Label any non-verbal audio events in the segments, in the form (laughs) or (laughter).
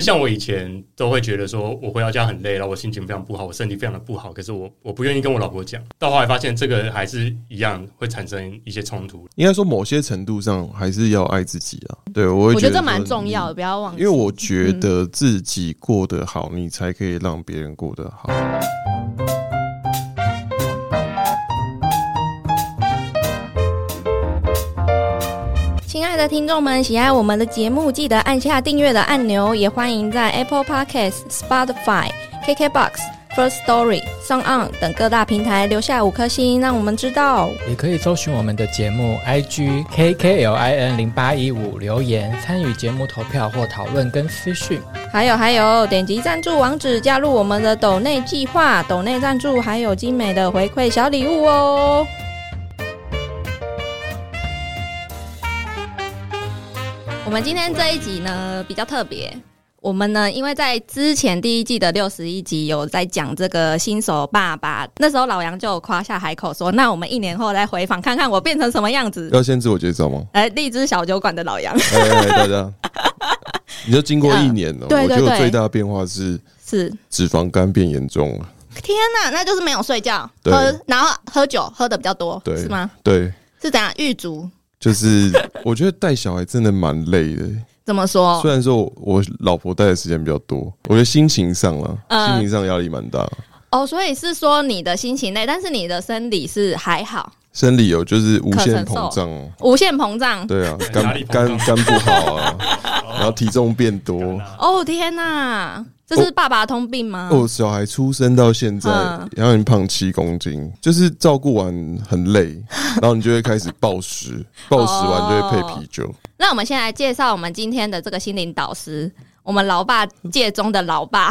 像我以前都会觉得说，我回到家很累，然后我心情非常不好，我身体非常的不好，可是我我不愿意跟我老婆讲。到后来发现，这个还是一样会产生一些冲突。应该说某些程度上还是要爱自己啊。对我会我觉得说这蛮重要的，不要忘你，记。因为我觉得自己过得好，你才可以让别人过得好。嗯亲爱的听众们，喜爱我们的节目，记得按下订阅的按钮，也欢迎在 Apple Podcast、Spotify、KKBox、First Story、Sound On 等各大平台留下五颗星，让我们知道哦。也可以搜寻我们的节目 IG KKLIN 零八一五留言，参与节目投票或讨论跟私讯。还有还有，点击赞助网址加入我们的抖内计划，抖内赞助还有精美的回馈小礼物哦。我们今天这一集呢比较特别，我们呢因为在之前第一季的六十一集有在讲这个新手爸爸，那时候老杨就有夸下海口说，那我们一年后来回访看看我变成什么样子。要先自我介绍吗？哎，荔枝小酒馆的老杨哎，哎大 (laughs) 家，你就经过一年了，对我觉得对我对最大的变化是是脂肪肝变严重了。天呐，那就是没有睡觉，对喝然后喝酒喝的比较多，对是吗？对，是怎样狱卒？就是我觉得带小孩真的蛮累的。怎么说？虽然说我我老婆带的时间比较多，我觉得心情上啊，嗯心情上压力蛮大。哦，所以是说你的心情累，但是你的生理是还好，生理有就是无限可承膨受胀哦，无限膨胀。 (laughs) 对啊，压肝力膨肝胀肝不好啊，然后体重变多。哦天呐，这是爸爸通病吗？我哦小孩出生到现在嗯，然后你胖七公斤，就是照顾完很累，然后你就会开始暴食，暴食完就会配啤酒。那我们先来介绍我们今天的这个心灵导师，我们老爸界中的老 (laughs) 爸，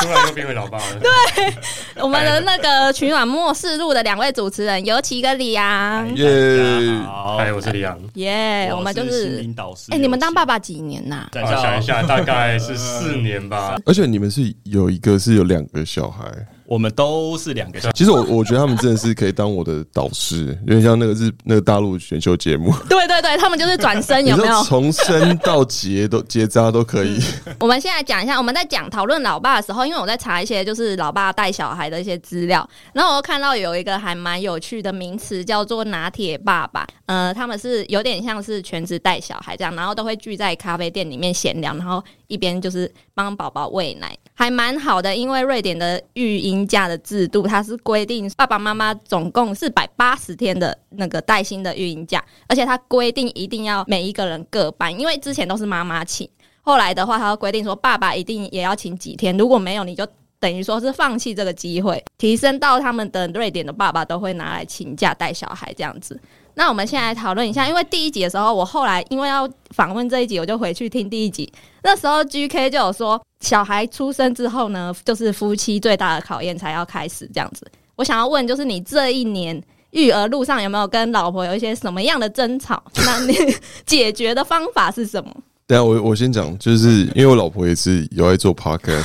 突然又变回老爸了。对，我们的那个取暖末世录的两位主持人尤其跟李阳，耶大家好，嗨，我是李阳。哎耶、哎我们就心是灵。导师。哎、你们当爸爸，爸几年呐、等啊想一下，大概是四年吧。而且你们是有一个是有两个小孩，我们都是两个小啊其实我我觉得他们真的是可以当我的导师，有点像那个日那个大陆选秀节目，对对对，他们就是转 (laughs) 身，你有没有说？从生到结都结扎都可以。我们现在讲一下，我们在讲讨论老爸的时候，因为我在查一些就是老爸带小孩的一些资料，然后我又看到有一个还蛮有趣的名词叫做“拿铁爸爸”。呃，他们是有点像是全职带小孩这样，然后都会聚在咖啡店里面闲聊，然后一边就是帮宝宝喂奶，还蛮好的。因为瑞典的育婴假的制度，它是规定爸爸妈妈总共四百八十天的那个带薪的育婴假，而且它规定一定要每一个人各班，因为之前都是妈妈请。后来的话，他要规定说，爸爸一定也要请几天，如果没有，你就等于说是放弃这个机会，提升到他们的瑞典的爸爸都会拿来请假带小孩这样子。那我们现在来讨论一下，因为第一集的时候，我后来因为要访问这一集，我就回去听第一集。那时候 G K 就有说，小孩出生之后呢，就是夫妻最大的考验才要开始这样子。我想要问，就是你这一年育儿路上有没有跟老婆有一些什么样的争吵？那你 (laughs) 解决的方法是什么？等一下我我先讲，就是因为我老婆也是有在做 podcast，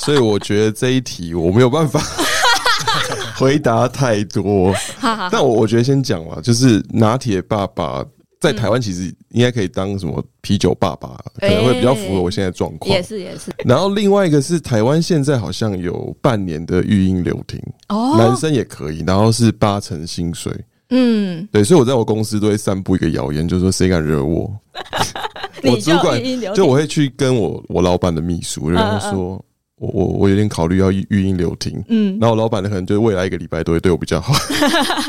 所以我觉得这一题我没有办法回答太多。哈哈哈但我我觉得先讲啦，就是拿铁爸爸在台湾其实应该可以当什么啤酒爸爸，可能会比较符合我现在的状况。也是也是然后另外一个是台湾现在好像有半年的育婴留停，男哦，生也可以，然后是八成薪水。嗯，对，所以我在我公司都会散布一个谣言，就是说谁敢惹我，我你主管一一留就停我会去跟我我老板的秘书，然后说。我我我有点考虑要育育婴留停，嗯，然后老板可能就未来一个礼拜都会对我比较好。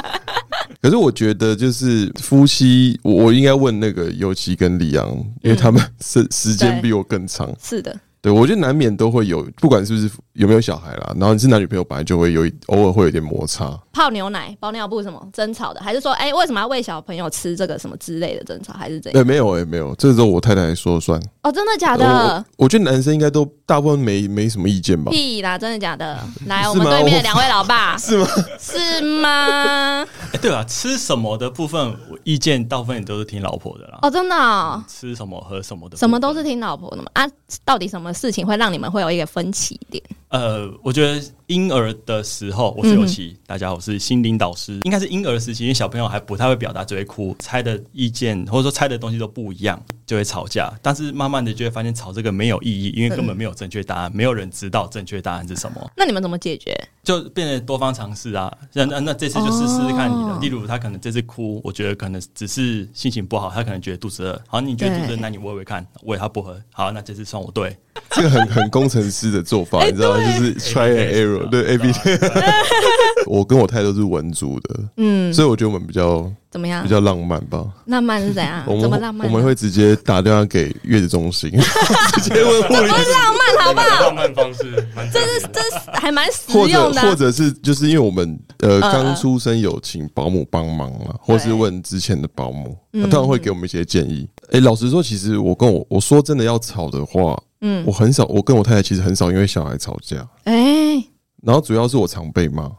(laughs) 可是我觉得，就是夫妻，我我应该问那个尤其跟李阳，因为他们时时间对比我更长。是的，对我觉得难免都会有，不管是不是有没有小孩啦，然后你是男女朋友，本来就会有一偶尔会有点摩擦。泡牛奶、包尿布什么争吵的，还是说，哎、为什么要喂小朋友吃这个什么之类的争吵，还是怎样？对，哎没有诶、没有，这时候我太太说了算。哦，真的假我的？我觉得男生应该都大部分没没什么意见吧。屁啦，真的假的？来，是 (laughs) 我们吗对面我的两位老 (laughs) 爸是吗？ (laughs) 是吗？孩。哎对啊，吃什么的部分，我意见大部分也都是听老婆的啦。哦，真的、哦，吃什么喝什么的部分，什么都是听老婆的嘛？啊，到底什么事情会让你们会有一个分歧点？呃，我觉得婴儿的时候，我是嗯有希，大家好，我是心灵导师，应该是婴儿时期，因为小朋友还不太会表达，只会哭，猜的意见或者说猜的东西都不一样，就会吵架。但是慢慢的就会发现吵这个没有意义，因为根本嗯没有正确答案，没有人知道正确答案是什么。那你们怎么解决？就变得多方尝试啊。那那那这次就试试看你的，哦例如他可能这次哭，我觉得可能只是心情不好，他可能觉得肚子饿。好，你觉得肚子饿，对那你喂喂看，喂他不喝。好，那这次算我对。这个很很工程师的做法，哎你知道吗？就是 try and error，对 A B。我 (laughs) 跟我太都是文组的，嗯，所以我觉得我们比较怎么样比？较浪漫吧。浪漫是怎样 (laughs) 我？啊怎么们浪漫我呢？们会直接打电话给月子中心，直接问护理 (laughs) 不是浪漫，好不好？浪漫方式，蛮这是这是还蛮实或者用的啊、或者是就是因为我们呃嗯刚出生有请保姆帮忙了，或是问之前的保姆，嗯她通常会给我们一些建议。诶，老实说，其实我跟我我说真的要吵的话，嗯我，很少，我跟我太太其实很少因为小孩吵架，哎、然后主要是我常被骂，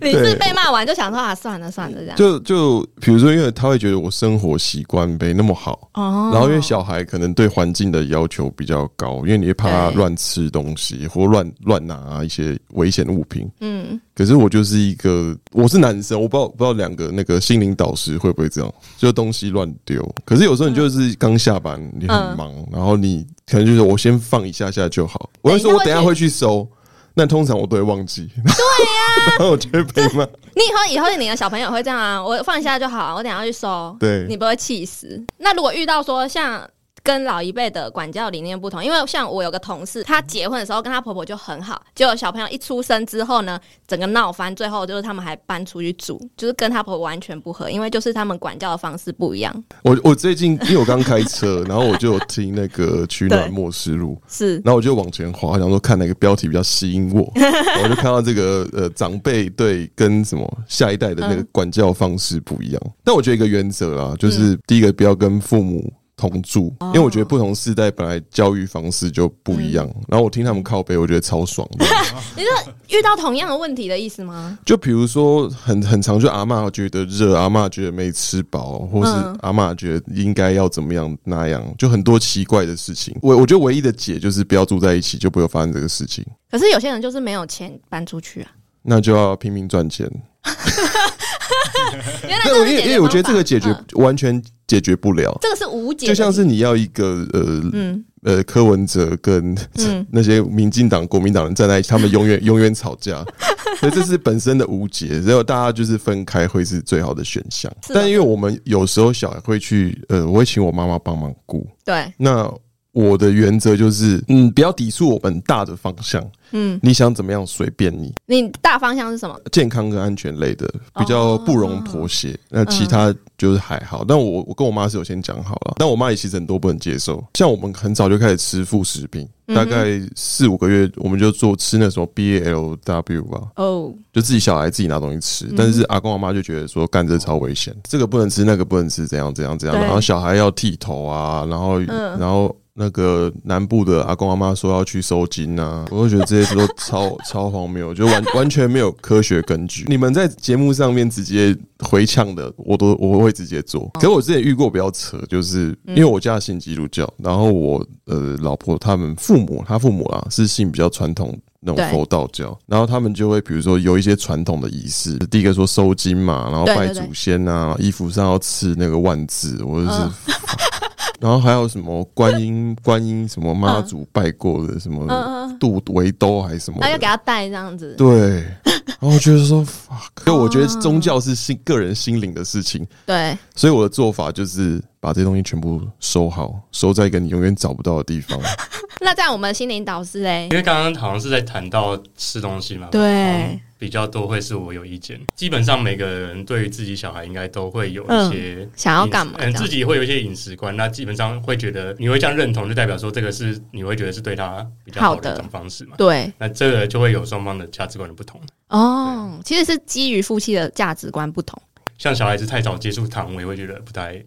你是被骂完就想说啊，算了算了这样。就就比如说，因为她会觉得我生活习惯没那么好。哦，然后因为小孩可能对环境的要求比较高，因为你会怕他对乱吃东西或乱乱拿一些危险物品，嗯，可是我就是一个，我是男生，我不知道不知道两个那个心灵导师会不会这样，就东西乱丢。可是有时候你就是刚下班，你很忙，然后你可能就是我先放一下下就好。我会说对我等一下会去收，但通常我都会忘记。对呀、 (laughs) 然后我就会被骂。你以后以后你的小朋友会这样啊，我放一下就好啊，我等一下去收，对你不会气死。那如果遇到说像。跟老一辈的管教理念不同，因为像我有个同事，她结婚的时候跟她婆婆就很好，结果小朋友一出生之后呢，整个闹翻，最后就是他们还搬出去住，就是跟她婆婆完全不合，因为就是他们管教的方式不一样。我我最近因为我刚开车，然后我就有听那个《取暖末世录》，是，然后我就往前滑，想说看哪个标题比较吸引我，然后我就看到这个呃长辈对跟什么下一代的那个嗯管教方式不一样。但我觉得一个原则啦，就是第一个不要跟父母。同住，因为我觉得不同世代本来教育方式就不一样。然后我听他们靠背，我觉得超爽的。你是遇到同样的问题的意思吗？就比如说很很常，就阿嬷觉得热，阿嬷觉得没吃饱，或是嗯阿嬷觉得应该要怎么样那样，就很多奇怪的事情。我我觉得唯一的解就是不要住在一起，就不会发生这个事情。可是有些人就是没有钱搬出去啊。那就要拼命赚钱。原来但这我是因为解因决为我觉得这个方法解决嗯完全解决不了，这个是无解就的，像是你要一个呃嗯呃柯文哲跟嗯 (laughs) 那些民进党、国民党人站在一起，他们永 (laughs) 远永远吵架，所以这是本身的无解。然后大家就是分开会是最好的选项。是的但因为我们有时候小孩会去呃，我会请我妈妈帮忙顾。对，那我的原则就是，嗯，不要抵触我们大的方向，嗯，你想怎么样随便你。你大方向是什么？健康跟安全类的哦比较不容妥协，那嗯其他就是还好。但我我跟我妈是有先讲好了，但我妈也其实很多不能接受。像我们很早就开始吃副食品，嗯哼大概四五个月我们就做吃那什么 BLW 吧，哦，就自己小孩自己拿东西吃。嗯但是阿公阿妈就觉得说干这超危险，这个不能吃，那个不能吃，怎样怎样怎样。对然后小孩要剃头啊，然后嗯然后。那个南部的阿公阿妈说要去收金啊，我就觉得这些都超 (laughs) 超荒谬，就完完全没有科学根据。你们在节目上面直接回呛的，我都我会直接哦做。可是我之前遇过比较扯，就是因嗯为我家信基督教，然后我呃老婆他们父母，他父母啦是信比较传统那种对佛道教，然后他们就会比如说有一些传统的仪式，第一个说收金嘛，然后对拜对对祖先啊，衣服上要刺那个万字，我就是嗯 (laughs) 然后还有什么观音、 (laughs) 观音什么妈祖拜过的什么嗯嗯，肚围兜还是什么然后要给的，他带这样子， (laughs) 对。然后我觉得说 fuck，因为我觉得宗教是心个人心灵的事情，对，所以我的做法就是把这些东西全部收好，收在一个你永远找不到的 (laughs) 地方。那这样我们心灵导师嘞因，为刚刚好像是在谈到吃东西嘛，对，比较多会是我有意见。基本上每个人对于自己小孩应该都会有一些、想要干嘛这嗯，样自？己会有一些饮食观，那基本上会觉得你会这样认同，就代表说这个是你会觉得是对他比较好好的的一种方式嘛。对，那这个就会有双方的价值观的不同。哦，其实是基于夫妻的价值观不同，像小孩子太早接触糖，我也会觉得不太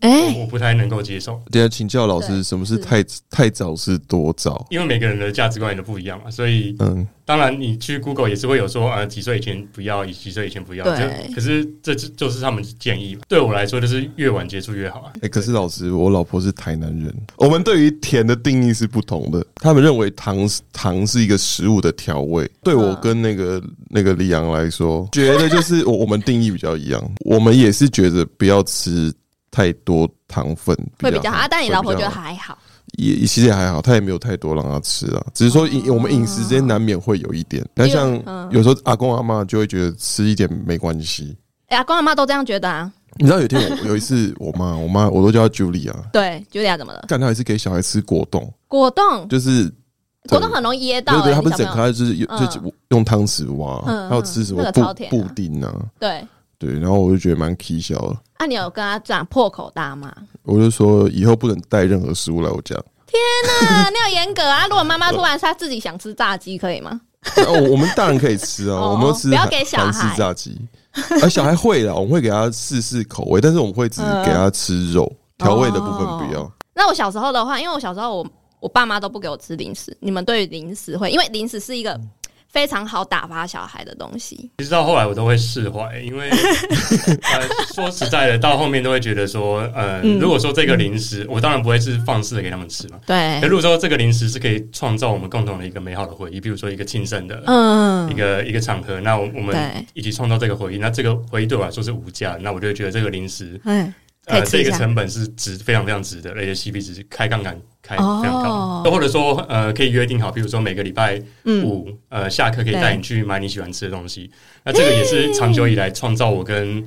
哎，我我不太能够接受，等一下请教老师，对什么是太太早是多早？因为每个人的价值观也都不一样嘛，所以嗯，当然你去 Google 也是会有说啊几岁以前不要，几岁以前不要，对就可是这就就是他们建议嘛。对我来说，就是越晚接触越好啊。哎、可是老师，我老婆是台南人，我们对于甜的定义是不同的。他们认为糖是糖是一个食物的调味，对我嗯跟那个那个李阳来说，觉得就是我我们定义比较一样，我们也是觉得不要吃太多糖分会比较好好啊，但你老婆会比觉较得好还好，也也其实也还好，他也没有太多让他吃啊，只是说饮、我们饮食之间难免会有一点，但像哦嗯有时候阿公阿妈就会觉得吃一点没关系。哎，阿公阿妈都这样觉得啊。你知道有一天我有一次我妈我妈我都叫她 Julie 啊，对，Julia 怎么了？干她也是给小孩吃果冻，果冻，就是果冻很容易噎到、对欸，对，她不是你整啊小朋友开，就是用嗯就是用汤匙挖，嗯还有吃什么那个布超甜啊布丁啊，对。对，然后我就觉得蛮蹊跷的，啊，你有跟他讲破口大骂？ (laughs) 我就说以后不能带任何食物来我家， (laughs) 那你有严格啊？如果妈妈突然她自己想吃炸鸡，可以吗？然后哦我我们大人可以吃啊，哦我们都吃不要韩给小孩韩式炸鸡，而小孩会啦，我们会给他试试口味，但是我们会只嗯给他吃肉，调味的部哦分不要。那我小时候的话，因为我小时候我我爸妈都不给我吃零食，你们对于零食会，因为零食是一个非常好打发小孩的东西。其实到后来我都会释怀，因 (laughs) 为呃说实在的，到后面都会觉得说，呃，嗯如果说这个零食，我当然不会是放肆的给他们吃嘛。对可，如果说这个零食是可以创造我们共同的一个美好的回忆，比如说一个庆生的嗯一，个、一个场合，那我我们对一起创造这个回忆，那这个回忆对我来说是无价，那我就会觉得这个零食哎，可呃，以吃这一个下成本是值非常非常值的，而且 CP 值开杠杆开哦非常高，又或者说呃可以约定好，比如说每个礼拜嗯，五、呃下课可以对带你去买你喜欢吃的东西，那这个也是长久以来创造我跟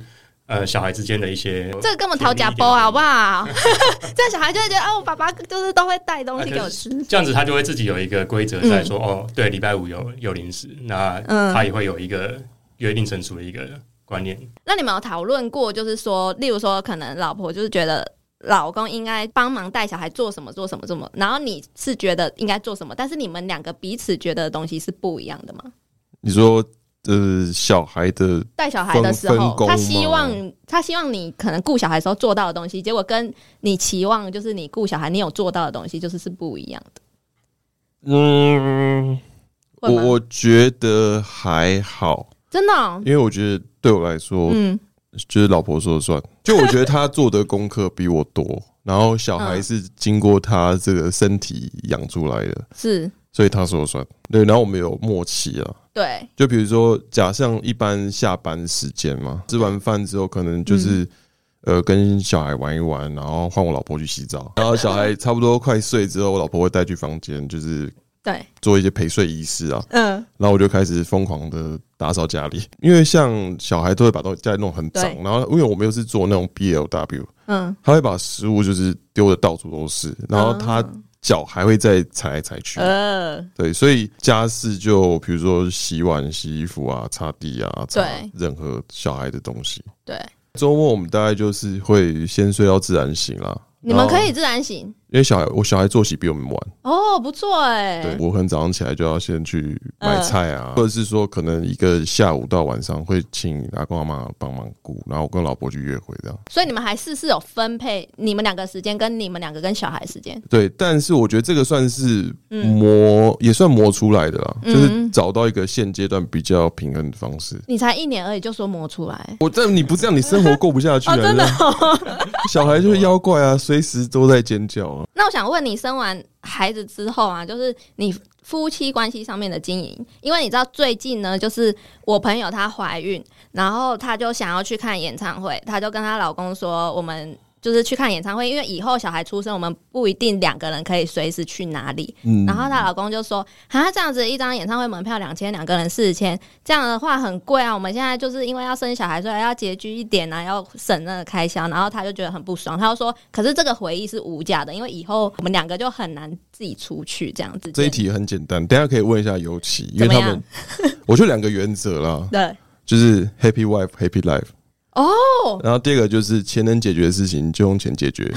呃小孩之间的一些这个根本讨假包啊好不好？ (laughs) 这样小孩就会觉得哦，我爸爸就是都会带东西给我吃。这样子，他就会自己有一个规则在说、哦，对，礼拜五有有零食，那嗯他也会有一个约定成熟的一个观念。那你们有讨论过，就是说，例如说，可能老婆就是觉得老公应该帮忙带小孩做什么做什么做什么，然后你是觉得应该做什么，但是你们两个彼此觉得的东西是不一样的吗？你说呃，小孩的带小孩的时分分候，工吗他希望他希望你可能顾小孩的时候做到的东西，结果跟你期望就是你顾小孩你有做到的东西，就是是不一样的。嗯，会我吗我觉得还好，真的哦、因为我觉得对我来说，嗯，就是老婆说了算。就我觉得她做的功课比我多，然后小孩嗯是经过她这个身体养出来的，是所以她说了算。对，然后我们有默契啊，对，就比如说，假像一般下班时间嘛，吃完饭之后，可能就是、呃跟小孩玩一玩，然后换我老婆去洗澡，然后小孩差不多快睡之后，我老婆会带去房间，就是对，做一些陪睡仪式啊。嗯，然后我就开始疯狂的打扫家里， (laughs) 因为像小孩都会把东家里弄很脏对，然后因为我们又是做那种 BLW，嗯，他会把食物就是丢的到处都是，然后他脚还会再踩来踩去。呃，对，所以家事就比如说洗碗、洗衣服啊、擦地啊，擦对任何小孩的东西。对，周末我们大概就是会先睡到自然醒啦。你们然后可以，自然醒因为小孩我小孩作息比我们晚，哦，不错哎、对我可能早上起来就要先去买嗯菜啊，或者是说可能一个下午到晚上会请阿公阿妈帮忙顾，然后我跟老婆去约会这样。所以你们还是是有分配你们两个时间跟你们两个跟小孩时间。对，但是我觉得这个算是嗯磨，也算磨出来的啦，就是嗯找到一个现阶段比较平衡的方式。你才一年而已就说磨出来，我但你不这样，你生活过不下去啊！哦真的是吧小孩就是妖怪啊，随时都在尖叫啊。那我想问你，生完孩子之后啊，就是你夫妻关系上面的经营，因为你知道最近呢，就是我朋友她怀孕，然后她就想要去看演唱会，她就跟她老公说，我们就是去看演唱会，因为以后小孩出生，我们不一定两个人可以随时去哪里，嗯然后她老公就说：“啊，这样子一张演唱会门票两千，两个人四千，这样的话很贵啊。我们现在就是因为要生小孩，所以要拮据一点啊，要省那个开销。”然后她就觉得很不爽，她就说：“可是这个回忆是无价的，因为以后我们两个就很难自己出去这样子。”这一题很简单，等一下可以问一下尤其，因为怎么他样们，我就两个原则啦，对就是 happy wife happy life。哦， (laughs) 然后第二个就是钱能解决的事情就用钱解决。 (laughs)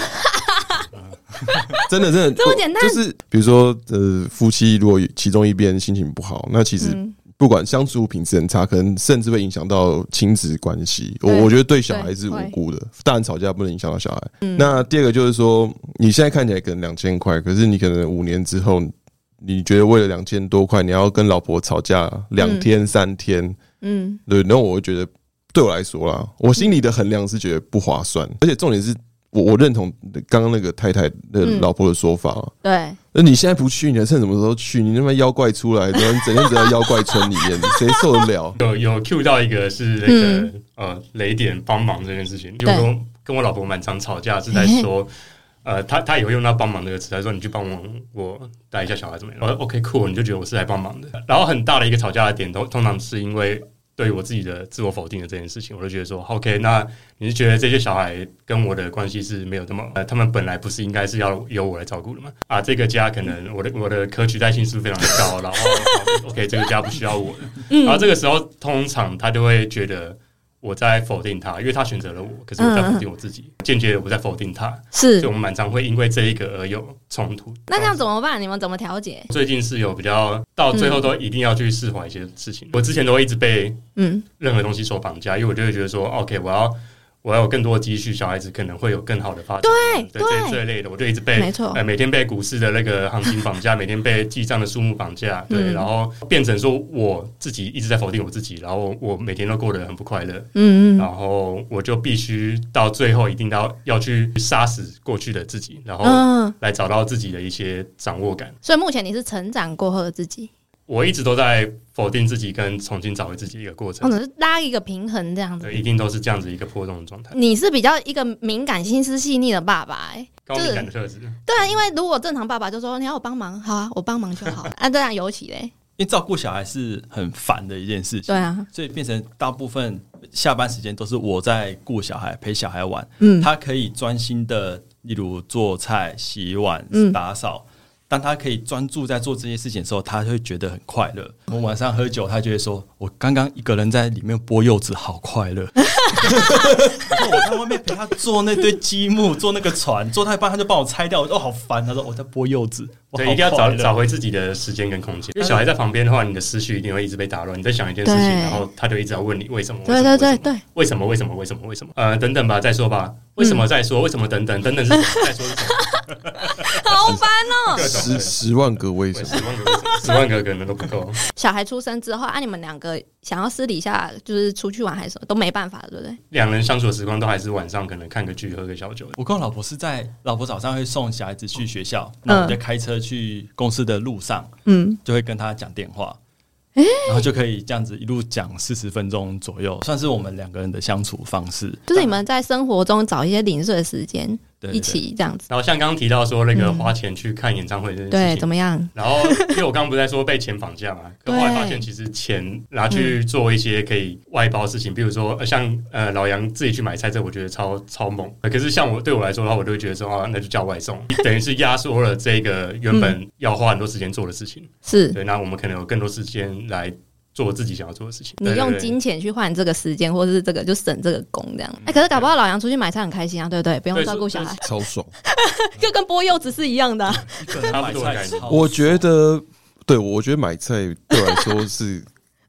真的，真的这么简单就是比如说，呃，夫妻如果其中一边心情不好，那其实嗯不管相处品质很差，可能甚至会影响到亲子关系。我对我觉得对小孩对是无会嗯辜的，大人吵架不能影响到小孩。那第二个就是说，你现在看起来可能两千块，可是你可能五年之后，你觉得为了两千多块，你要跟老婆吵架两天三天，嗯，对，那我会觉得对我来说啦，我心里的衡量是觉得不划算，而且重点是我我认同刚刚那个太太的嗯老婆的说法啊。对，那你现在不去，你还趁什么时候去？你他妈妖怪出来，整天整天只在妖怪村里面，谁受得了？有有 cue 到一个是那个、嗯呃雷点帮忙这件事情，就对跟跟我老婆蛮常吵架，是在说。呃，她她也会用到“帮忙”这个词，她说：“你去帮我，我带一下小孩怎么样？”我说：“OK，cool。”你就觉得我是来帮忙的。然后很大的一个吵架的点，都通常是因为对于我自己的自我否定的这件事情，我就觉得说：“OK，那你是觉得这些小孩跟我的关系是没有这么……呃，他们本来不是应该是要由我来照顾的吗？啊，这个家可能我的我的可取代性是非常高，然后 OK，这个家不需要我了。然后这个时候，通常他就会觉得我在否定他，因为他选择了我，可是我在否定我自己，间接我在否定他，所以是我。们蛮常会因为这一个而有冲突。那这样怎么办？你们怎么调解？最近是有比较到最后都一定要去释怀一些事情，我之前都会一直被嗯任何东西所绑架，因为我就会觉得说，OK，我要。我要有更多的积蓄，小孩子可能会有更好的发展。对对这这一类的，我就一直被没错呃，每天被股市的那个行情绑 (laughs) 架，每天被记账的数目绑架，对，嗯然后变成说我自己一直在否定我自己，然后我每天都过得很不快乐，嗯嗯然后我就必须到最后一定要要去杀死过去的自己，然后嗯，来找到自己的一些掌握感。所以目前你是成长过后的自己，我一直都在否定自己跟重新找回自己一个过或程，者哦是拉一个平衡这样子对，。一定都是这样子一个波动的状态，你是比较一个敏感、心思细腻的爸爸、欸，高敏感的特质。对啊，因为如果正常爸爸就说你要我帮忙，好啊，我帮忙就 (laughs) 好了啊，这样尤其嘞，因为照顾小孩是很烦的一件事情对，啊，所以变成大部分下班时间都是我在顾小孩、陪小孩玩，嗯，他可以专心的，例如做菜、洗碗嗯、打扫。当他可以专注在做这些事情的时候，他会觉得很快乐。我晚上喝酒，他就会说：“我刚刚一个人在里面剥柚子，好 (laughs) 快乐。”我说：“我在外面陪他做那堆积木，做那个船，做太棒，他就帮我拆掉。”我说：“哦，好烦。”他说：“我在剥柚子。我好对，快乐”一定要找找回自己的时间跟空间。因为小孩在旁边的话，你的思绪一定会一直被打乱。你在想一件事情，对然后他就一直要问你为什么？为对什么对对，对，为什么？为什么？为什么？为什么？为什么？呃，等等吧，再说吧。为什么再说？为什么等等等等是什么？再说是什么？好烦哦、各种 (laughs) 十十万个为什对十么？万个为什么，十万个可能都不够。 (laughs) 小孩出生之后啊，你们两个想要私底下就是出去玩还是什么都没办法，对不对？啊两人相处的时光都还是晚上，可能看个剧、喝个小酒。我跟我老婆是在老婆早上会送小孩子去学校，那我们在开车去公司的路上，嗯，就会跟她讲电话，然后就可以这样子一路讲四十分钟左右，算是我们两个人的相处方式。就是你们在生活中找一些零碎的时间对对对一起这样子，然后像刚刚提到说那个花钱去看演唱会这件对，事怎情，么样？然后因为我刚刚不是在说被钱绑架 (laughs) 嘛，可对后来发现其实钱拿去做一些可以外包的事情，比如说呃像呃老杨自己去买菜，这我觉得超超猛。呃可是像我对我来说的话，我都会觉得说啊，那就叫外 (laughs) 送，等于是压缩了这个原本要花很多时间做的事情。是对，那我们可能有更多时间来做自己想要做的事情。你对对用对金钱去换这个时间，或者是这个就省这个工这样。哎、可是搞不好老杨出去买菜很开心啊，对不对？不用嗯对照顾是小孩，超爽！就跟剥柚子是一样的啊、一个人差不多的感觉买菜超我觉得，对我觉得买菜对我来说是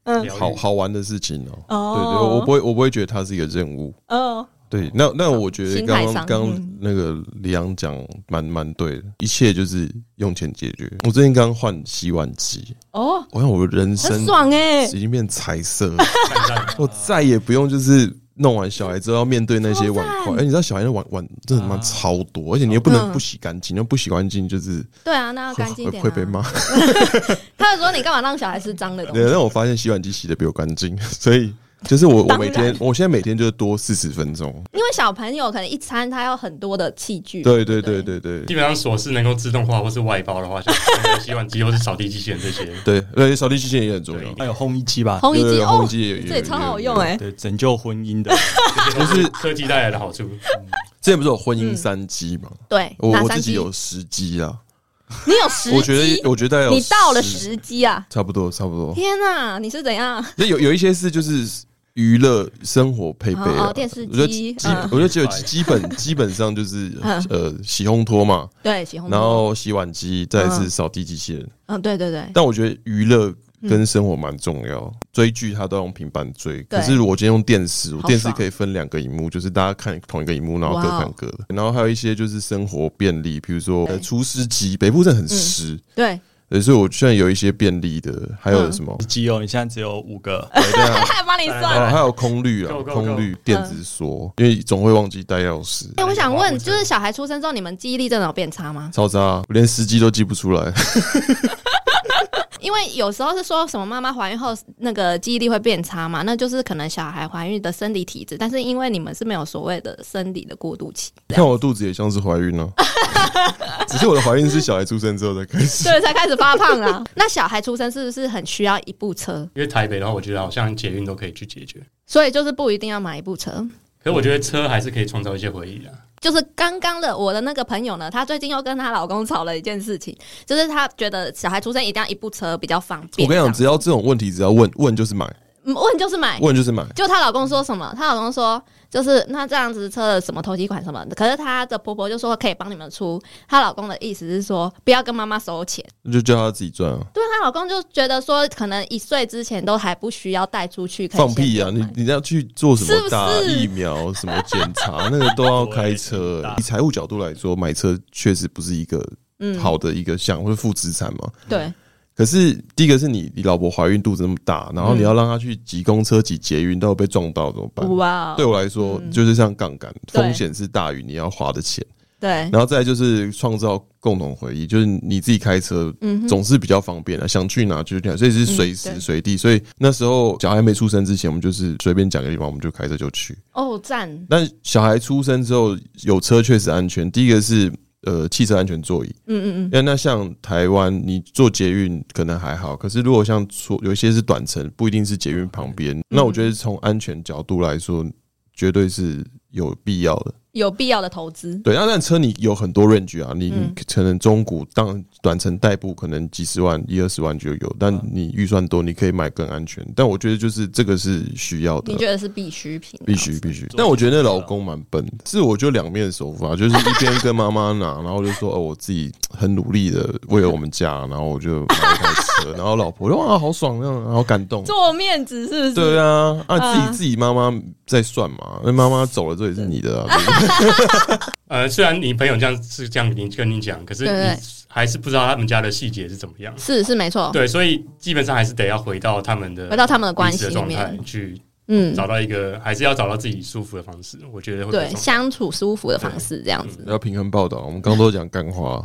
嗯疗愈好好玩的事情哦、对对，哦，我不会，我不会觉得它是一个任务。哦，对，那那我觉得心刚态刚上刚嗯那个李阳讲蛮蛮对的，一切就是用钱解决。我最近刚换洗碗机，哦，我想我的人生 (laughs) 很爽哎、已经变彩色了，看上我再也不用就是弄完小孩之后要面对那些碗筷。超哎，赞你知道小孩的碗碗真的蛮超多，而且你又不能嗯不洗干净，又不洗干净就是对啊，那要会干净会一点、啊。会被骂。 (laughs) 他就说你干嘛让小孩吃脏的东对，西？但我发现洗碗机洗的比我干净，所以就是我我当然嗯每天我现在每天就是多四十分钟。因为小朋友可能一餐他要很多的器具。对对对对对基本上琐事能够自动化或是外包的话，像洗碗机或是扫地机器人这些，对，而且扫地机器人也很重要。还有烘衣机吧，烘衣对机对哦烘，机也也这也超好用也哎、对，拯救婚姻的这些都是科技带来的好处。之前不是有婚姻三机嘛？对，我嗯哪我三自己机有十机啊，你有十我觉得机我觉得有你到了10，十机啊！差不多差不多。天哪、你是怎样？那有有一些是就是娱乐生活配备哦啊哦，电视机我觉得基嗯我觉得只有基本基本上就是 (laughs) 嗯哦呃洗烘拖嘛，对，洗烘然头。嗯后洗碗机，再来是扫地机器人。嗯，对对对，但我觉得娱乐跟生活蛮重要。追剧它都要用平板追，嗯对可是如果我今天用电视，我好电视爽可以分两个荧幕，就是大家看同一个荧幕，然后各哇哦看各的。然后还有一些就是生活便利，比如说对嗯呃除湿机，北部真的很湿。对，对，所以我现在有一些便利的，还嗯有什么？ (laughs) 基哦友，你现在只有五个，对对啊，还帮你算哦，还有空滤啊 Go, go, go，空嗯滤电子锁，因为总会忘记带钥匙。哎、我想问，就是小孩出生之后，你们记忆力真的有变差吗？超渣、我连时机都记不出来。 (laughs) 因为有时候是说什么妈妈怀孕后那个记忆力会变差嘛，那就是可能小孩怀孕的生理体质，但是因为你们是没有所谓的生理的过渡期，你看我肚子也像是怀孕了、 (laughs) 只是我的怀孕是小孩出生之后才开始。对，才开始发胖啦。那小孩出生是不是很需要一部车？因为台北的话，我觉得好像捷运都可以去解决。所以就是不一定要买一部车。可是我觉得车还是可以创造一些回忆啊。就是刚刚的我的那个朋友呢，她最近又跟她老公吵了一件事情，就是她觉得小孩出生一定要一部车比较方便。我跟你讲，这只要这种问题，只要问问就是买，样嗯问就是买，问就是买。就她老公说什么？她老公说就是那这样子车的什么头期款什么的，可是她的婆婆就说可以帮你们出。她老公的意思是说不要跟妈妈收钱，那就叫他自己赚啊！对她老公就觉得说可能一岁之前都还不需要带出去，可以放屁啊！先你买你要去做什是不么是打疫苗、什么检 (laughs) 查，那个都要开车、啊对啊以财务角度来说，买车确实不是一个嗯好的一个项，或者负资产嘛。对可是第一个是你你老婆怀孕肚子那么大，然嗯后你要让她去挤公车、挤捷运，到时候被撞到怎么办？哇对我来说，嗯就是像杠杆，对风险是大于你要花的钱。对然后再来就是创造共同回忆，就是你自己开车。嗯哼总是比较方便的、想去哪就去哪，所以是随嗯对时随地。所以那时候小孩没出生之前，我们就是随便讲个地方，我们就开车就去。哦赞但小孩出生之后，有车确实安全。第一个是呃汽车安全座椅，嗯嗯嗯那那像台湾，你坐捷运可能还好，可是如果像说有一些是短程，不一定是捷运旁边，嗯那我觉得从安全角度来说，绝对是有必要的。有必要的投资对，那但车你有很多 range 啊，你嗯可能中古当短程代步可能几十万、一二十万就有，嗯但你预算多，你可以买更安全。但我觉得就是这个是需要的你。觉得是必需品？啊必须必须，但我觉得那老公蛮笨的，是我就两面手法，就是一边跟妈妈 (laughs) 拿，然后就说哦，我自己很努力的为了我们家，然后我就买一台车， (laughs) 然后老婆就哇好爽那样，然后感动。做面子 (laughs) 是不是？对啊，啊自嗯己自己妈妈在算嘛，那妈妈走了这也是你的 (laughs) 啊，对不对呃，虽然你朋友这样是这样跟你跟你讲，可是对对你还是不知道他们家的细节是怎么样。是是没错，对，所以基本上还是得要回到他们的回到他们的关系彼此的里状态面，去嗯，找到一个，还是要找到自己舒服的方式。我觉得会比较对，重要相处舒服的方式这样子。要平衡报道。我们刚刚都讲干话，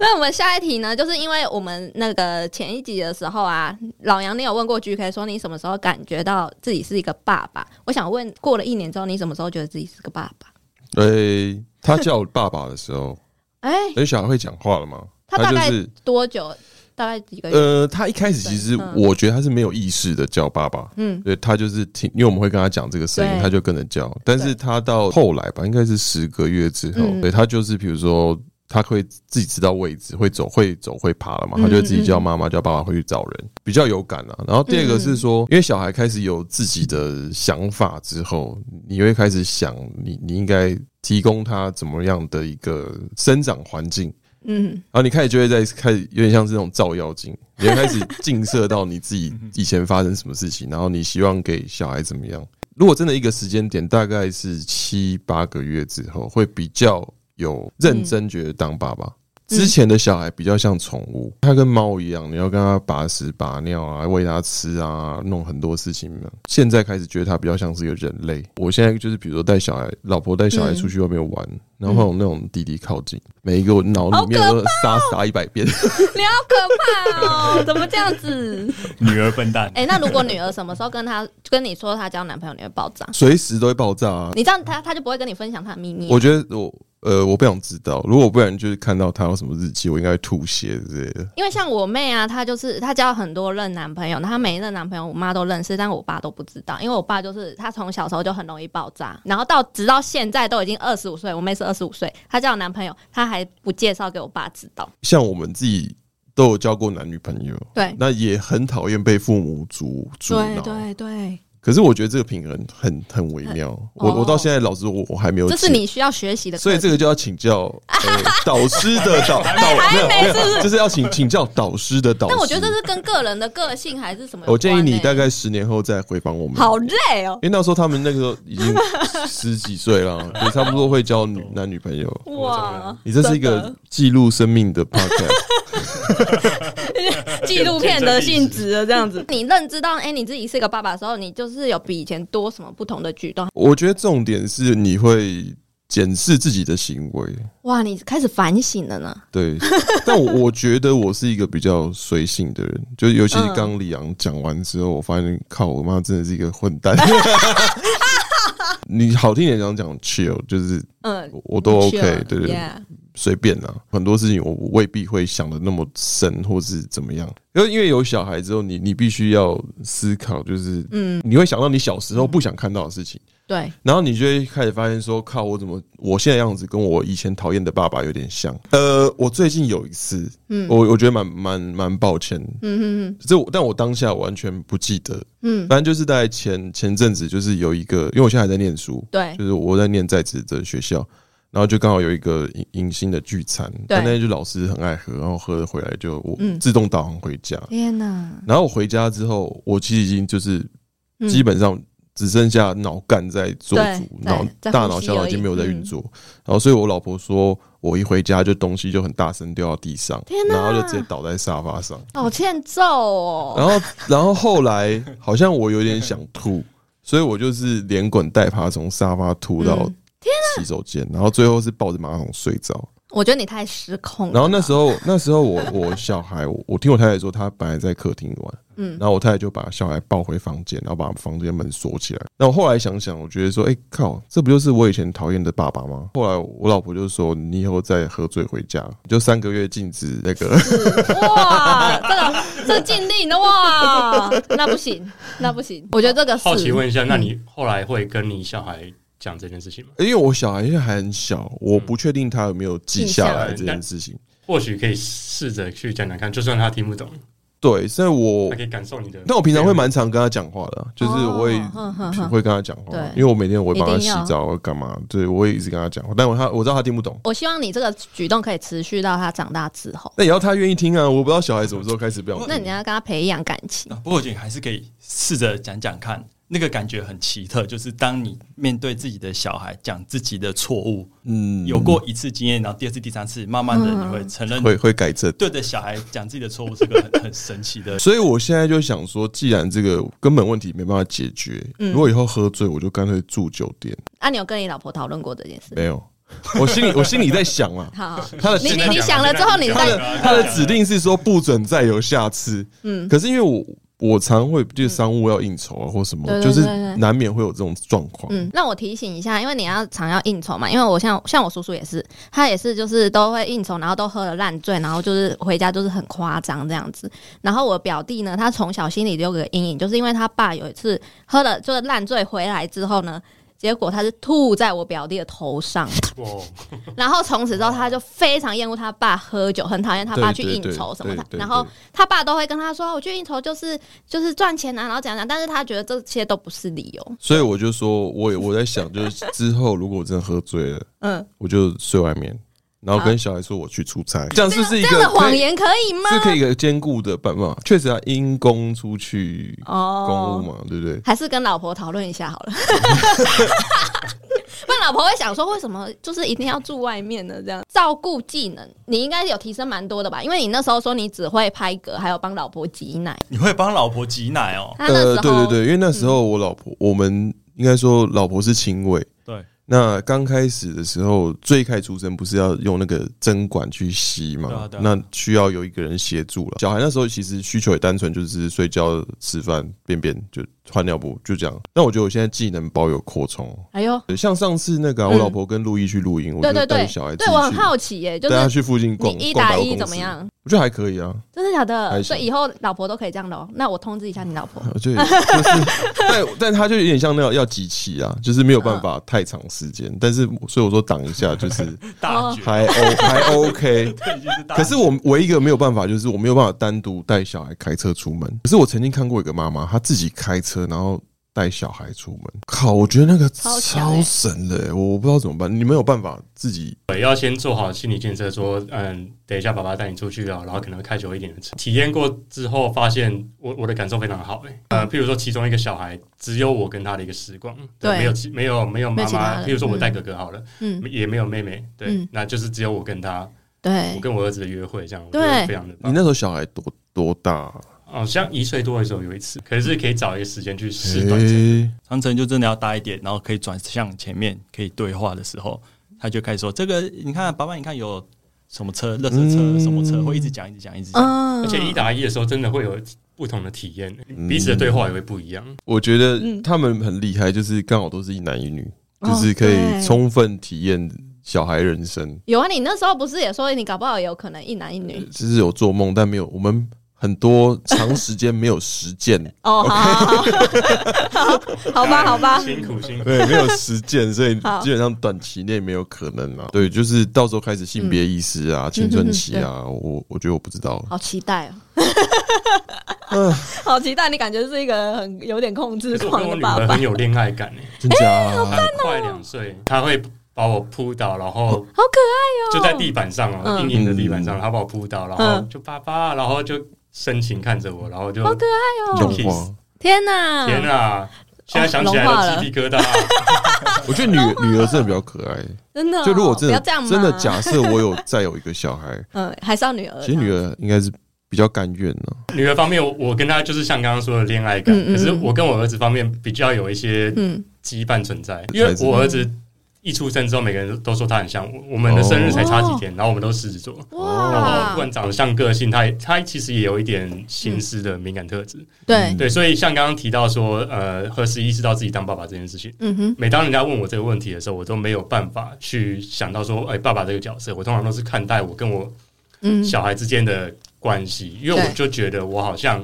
那我们下一题呢，就是因为我们那个前一集的时候啊，老杨你有问过 GK 说你什么时候感觉到自己是一个爸爸？我想问，过了一年之后，你什么时候觉得自己是个爸爸？对哎他叫我爸爸的时 (laughs) 候，哎、哎，小孩会讲话了吗？他大就概是多久？大概几个月？呃，他一开始其实对嗯我觉得他是没有意识的叫爸爸，嗯，对他就是听，因为我们会跟他讲这个声音对，他就跟着叫。但是他到后来吧，应该是十个月之后，嗯对他就是比如说他会自己知道位置，会走，会走，会爬了嘛，嗯嗯他就自己叫妈妈叫爸爸会去找人，比较有感啊。然后第二个是说，因为小孩开始有自己的想法之后，你会开始想你你应该提供他怎么样的一个生长环境。嗯，然后哦你开始就会在开始有点像是那种照妖镜，你会开始映射到你自己以前发生什么事情，然后你希望给小孩怎么样。如果真的一个时间点，大概是七八个月之后，会比较有认真觉得当爸爸。之前的小孩比较像宠物，它跟猫一样，你要跟它把屎把尿啊，喂它吃啊，弄很多事情呢。现在开始觉得它比较像是一个人类。我现在就是比如说带小孩，老婆带小孩出去外面玩，然后会有那种弟弟靠近，每一个我脑里面哦都杀杀一百遍。 (laughs) 你好可怕哦！ (laughs) 怎么这样子？女儿笨蛋。 (laughs) (laughs) 哎、那如果女儿什么时候跟他跟你说她交男朋友，你会爆炸？随时都会爆炸、啊。你这样他他就不会跟你分享他的秘密啊、我觉得我呃，我不想知道，如果不然就是看到他有什么日记，我应该会吐血之类的。因为像我妹啊，她就是她交很多任男朋友，她每一任男朋友我妈都认识，但我爸都不知道，因为我爸就是他从小时候就很容易爆炸，然后到直到现在都已经二十五岁，我妹是二十五岁，她交男朋友，她还不介绍给我爸知道，像我们自己都有交过男女朋友，对那也很讨厌被父母阻阻挠。对，可是我觉得这个平衡很很微妙，我哦我到现在老师我我还没有这解，是你需要学习的课所题，以这个就要请教、 (laughs) 呃、导师的导导没有没有，就是要请请教导师的导师。但我觉得这是跟个人的个性还是什么有我建议关你欸大概十年后再回访我们，好累哦，因为那时候他们那个时候已 (laughs) 经十几岁了，也差不多会交女男女朋友。哇！你这是一真个的记录生命的 podcast，纪录片的性质的这样子。你认知到哎、你自己是个爸爸的时候，你就是有比以前多什么不同的举动？我觉得重点是你会检视自己的行为。哇，你开始反省了呢。对，但我我觉得我是一个比较随性的人，就是尤其嗯是刚李阳讲完之后，我发现靠我妈真的是一个混 (laughs) 蛋。你好听点讲讲 chill，就是嗯，我我都 OK， Sure，对对对 yeah 随便啦，很多事情我未必会想的那么深，或是怎么样。因为因为有小孩之后，你你必须要思考，就是嗯，你会想到你小时候不想看到的事情，对，然后你就会开始发现说，靠，我怎么我现在样子跟我以前讨厌的爸爸有点像。呃，我最近有一次，嗯，我我觉得蛮蛮蛮抱歉，嗯嗯这我但我当下完全不记得，嗯，反正就是在前前阵子，就是有一个，因为我现在还在念书，对就是我在念在职的学校，然后就刚好有一个迎迎新的聚餐，但那天就老师很爱喝，然后喝了回来就我嗯自动导航回家，天哪，然后我回家之后，我其实已经就是嗯嗯基本上只剩下脑干在做对主，对脑在大呼脑吸小脑而已经已没有在运嗯作，然后所以我老婆说我一回家就东西就很大声掉到地上天，然后就哪直接倒在沙发上。好欠揍哦。然后，然后后来好像我有点想吐，所以我就是连滚带爬从沙发吐到嗯洗手间，然后最后是抱着马桶睡着。我觉得你太失控了。然后那时候，那时候我我小孩，我我听我太太说，她本来在客厅玩，嗯，然后我太太就把小孩抱回房间，然后把房间门锁起来。那我后来想想，我觉得说，哎、靠，这不就是我以前讨厌的爸爸吗？后来我老婆就说，你以后再喝醉回家，就三个月禁止那个。 (laughs) 哇，这个这尽力的哇，那不行，那不行。我觉得这个是好奇问一下，那你后来会跟你小孩讲这件事情吗？因为我小孩现在还很小，我不确定他有没有记下来这件事情。或许可以试着去讲讲看，就算他听不懂，对，所以我他可，以感受你的。哦但我平常会蛮常跟他讲话的啊，就是我会哦哼哼哼会跟他讲话对，因为我每天我会帮他一定洗要澡，我会干嘛？对，我会一直跟他讲话，但我他我知道他听不懂，我希望你这个举动可以持续到他长大之后。那也要他愿意听啊。我不知道小孩什么时候开始不想听。那你要跟他培养感情，啊不过我觉得还是可以试着讲讲看，那个感觉很奇特，就是当你面对自己的小孩讲自己的错误，嗯有过一次经验，然后第二次、第三次，慢慢的嗯你会承认，会会改正。对着小孩讲自己的错误是个很很神奇的。所以我现在就想说，既然这个根本问题没办法解决，嗯如果以后喝醉，我就干脆住酒店。啊，你有跟你老婆讨论过这件事？没有，我 (laughs) 心里我心里在想啊，好， (laughs) 好他的你心你你想了之后，你他再的他的指令是说不准再有下次。嗯，可是因为我我常会就是商务要应酬啊或什么，对对就是对对难免会有这种状况。嗯，让我提醒一下，因为你要常要应酬嘛，因为我像像我叔叔也是，他也是就是都会应酬，然后都喝了烂醉，然后就是回家就是很夸张这样子。然后我表弟呢，他从小心里就有个阴影，就是因为他爸有一次喝了就是烂醉回来之后呢。结果他是吐在我表弟的头 (laughs) 上，哦，然后从此之后他就非常厌恶他爸喝酒，很讨厌他爸去对对应对酬什么的对。对然后对他爸都会跟他说：“我去应酬就是就是赚钱啊，然后怎样怎样。”但是他觉得这些都不是理由。所以我就说，我也我在想，就是之后如果我真的喝醉了，嗯，我就睡外面，然后跟小孩说我去出差，这样是不是一这样个的可谎以言可以吗？是可以一个兼顾的办法？确实啊，因公出去公务哦，嘛，对不对？还是跟老婆讨论一下好 (laughs) 了。不然老婆会想说，为什么就是一定要住外面呢？这样照顾技能，你应该有提升蛮多的吧？因为你那时候说你只会拍嗝，还有帮老婆挤奶。 (laughs) 你会帮老婆挤奶哦？啊他那时候，呃嗯对对对，因为那时候我老婆，我们应该说老婆是亲喂。对，那刚开始的时候，最开始出生不是要用那个针管去吸对嘛啊？对啊那需要有一个人协助了。小孩那时候其实需求也单纯，就是睡觉、吃饭、便便，就换尿布，就这样。但我觉得我现在技能包有扩充，哦哎呦，像上次那个啊、嗯我老婆跟陆毅去露营，我对就对带对小孩，自对己我很去好奇耶、就带他是去附近你逛一逛百打货一公怎么司？样？我觉得还可以啊。真的假还的？行所以以后老婆都可以这样喽。那我通知一下你老婆。我觉得就是， (laughs) 但但他就有点像那种要集气啊，就是没有办法太长时间。但是所以我说挡一下，就是大绝，哦还 O 还 OK。这已经是大绝可是我唯一一个没有办法，就是我没有办法单独带小孩开车出门。可是我曾经看过一个妈妈，她自己开车，然后带小孩出门。靠，我觉得那个超强欸超神的欸、我不知道怎么办。你们有办法自己对，要先做好心理建设，说，嗯，等一下爸爸带你出去啊，然后可能开久一点的车。体验过之后，发现我我的感受非常好、欸，呃，譬如说其中一个小孩只有我跟他的一个时光，对没有其没有没有没妈有其他妈，人譬如说我带哥哥好了，嗯，也没有妹妹，对，嗯那就是只有我跟他，我对，跟我儿子的约会这样，我觉对得非常的你棒那。时候小孩多多大啊？哦，像一岁多的时候有一次，可是可以找一个时间去试短程。诶，长城就真的要大一点，然后可以转向前面，可以对话的时候，他就开始说：“这个你看，爸爸，你看有什么车，垃圾车，嗯什么车，会一直讲，一直讲，一直讲。嗯，而且一打一的时候，真的会有不同的体验，嗯彼此的对话也会不一样。我觉得嗯他们很厉害，就是刚好都是一男一女，哦就是可对以充分体验小孩人生。有啊，你那时候不是也说你搞不好有可能一男一女就是有做梦，但没有我们很多长时间没有实践，哦？好好，好好哎吧，好吧，辛苦辛苦。 (laughs) 对，没有实践，所以好基本上短期内没有可能啊。对，就是到时候开始性别意识嗯啊、青春期啊，我我觉得我不知道。好期待哦，好期待！你感觉是一个很有点控制可是我跟狂我的女爸儿爸很，有恋爱 (laughs) 感诶、真假哎啊？她快两岁，她会把我扑倒，然后好可爱就哦！在地板上哦，嗯硬硬的地板上，她把我扑倒，然后嗯就爸爸，然后就深情看着我，然后就好可有爱哦！融化？天哪，天啊！现在想起来哦融化了都鸡皮疙瘩、啊 (laughs) 我觉得女女儿真的比较可爱。真哦的哦、就如果真的不要这样嘛真的，假设我有再有一个小 (laughs) 孩，嗯，还是要女儿，其实女儿应该是比较甘愿啊呢。女儿方面，我我跟她就是像刚刚说的恋爱感，嗯嗯嗯可是我跟我儿子方面比较有一些嗯，羁绊存在，因为我儿子一出生之后，每个人都说他很像我。我们的哦生日才差几天，然后我们都是狮子座，然后哇不，管长相、个性，他也他其实也有一点心思的敏感特质。对，对，所以像刚刚提到说，呃，何时意识到自己当爸爸这件事情，嗯哼，每当人家问我这个问题的时候，我都没有办法去想到说，哎、爸爸这个角色，我通常都是看待我跟我嗯，小孩之间的关系，因为对我就觉得我好像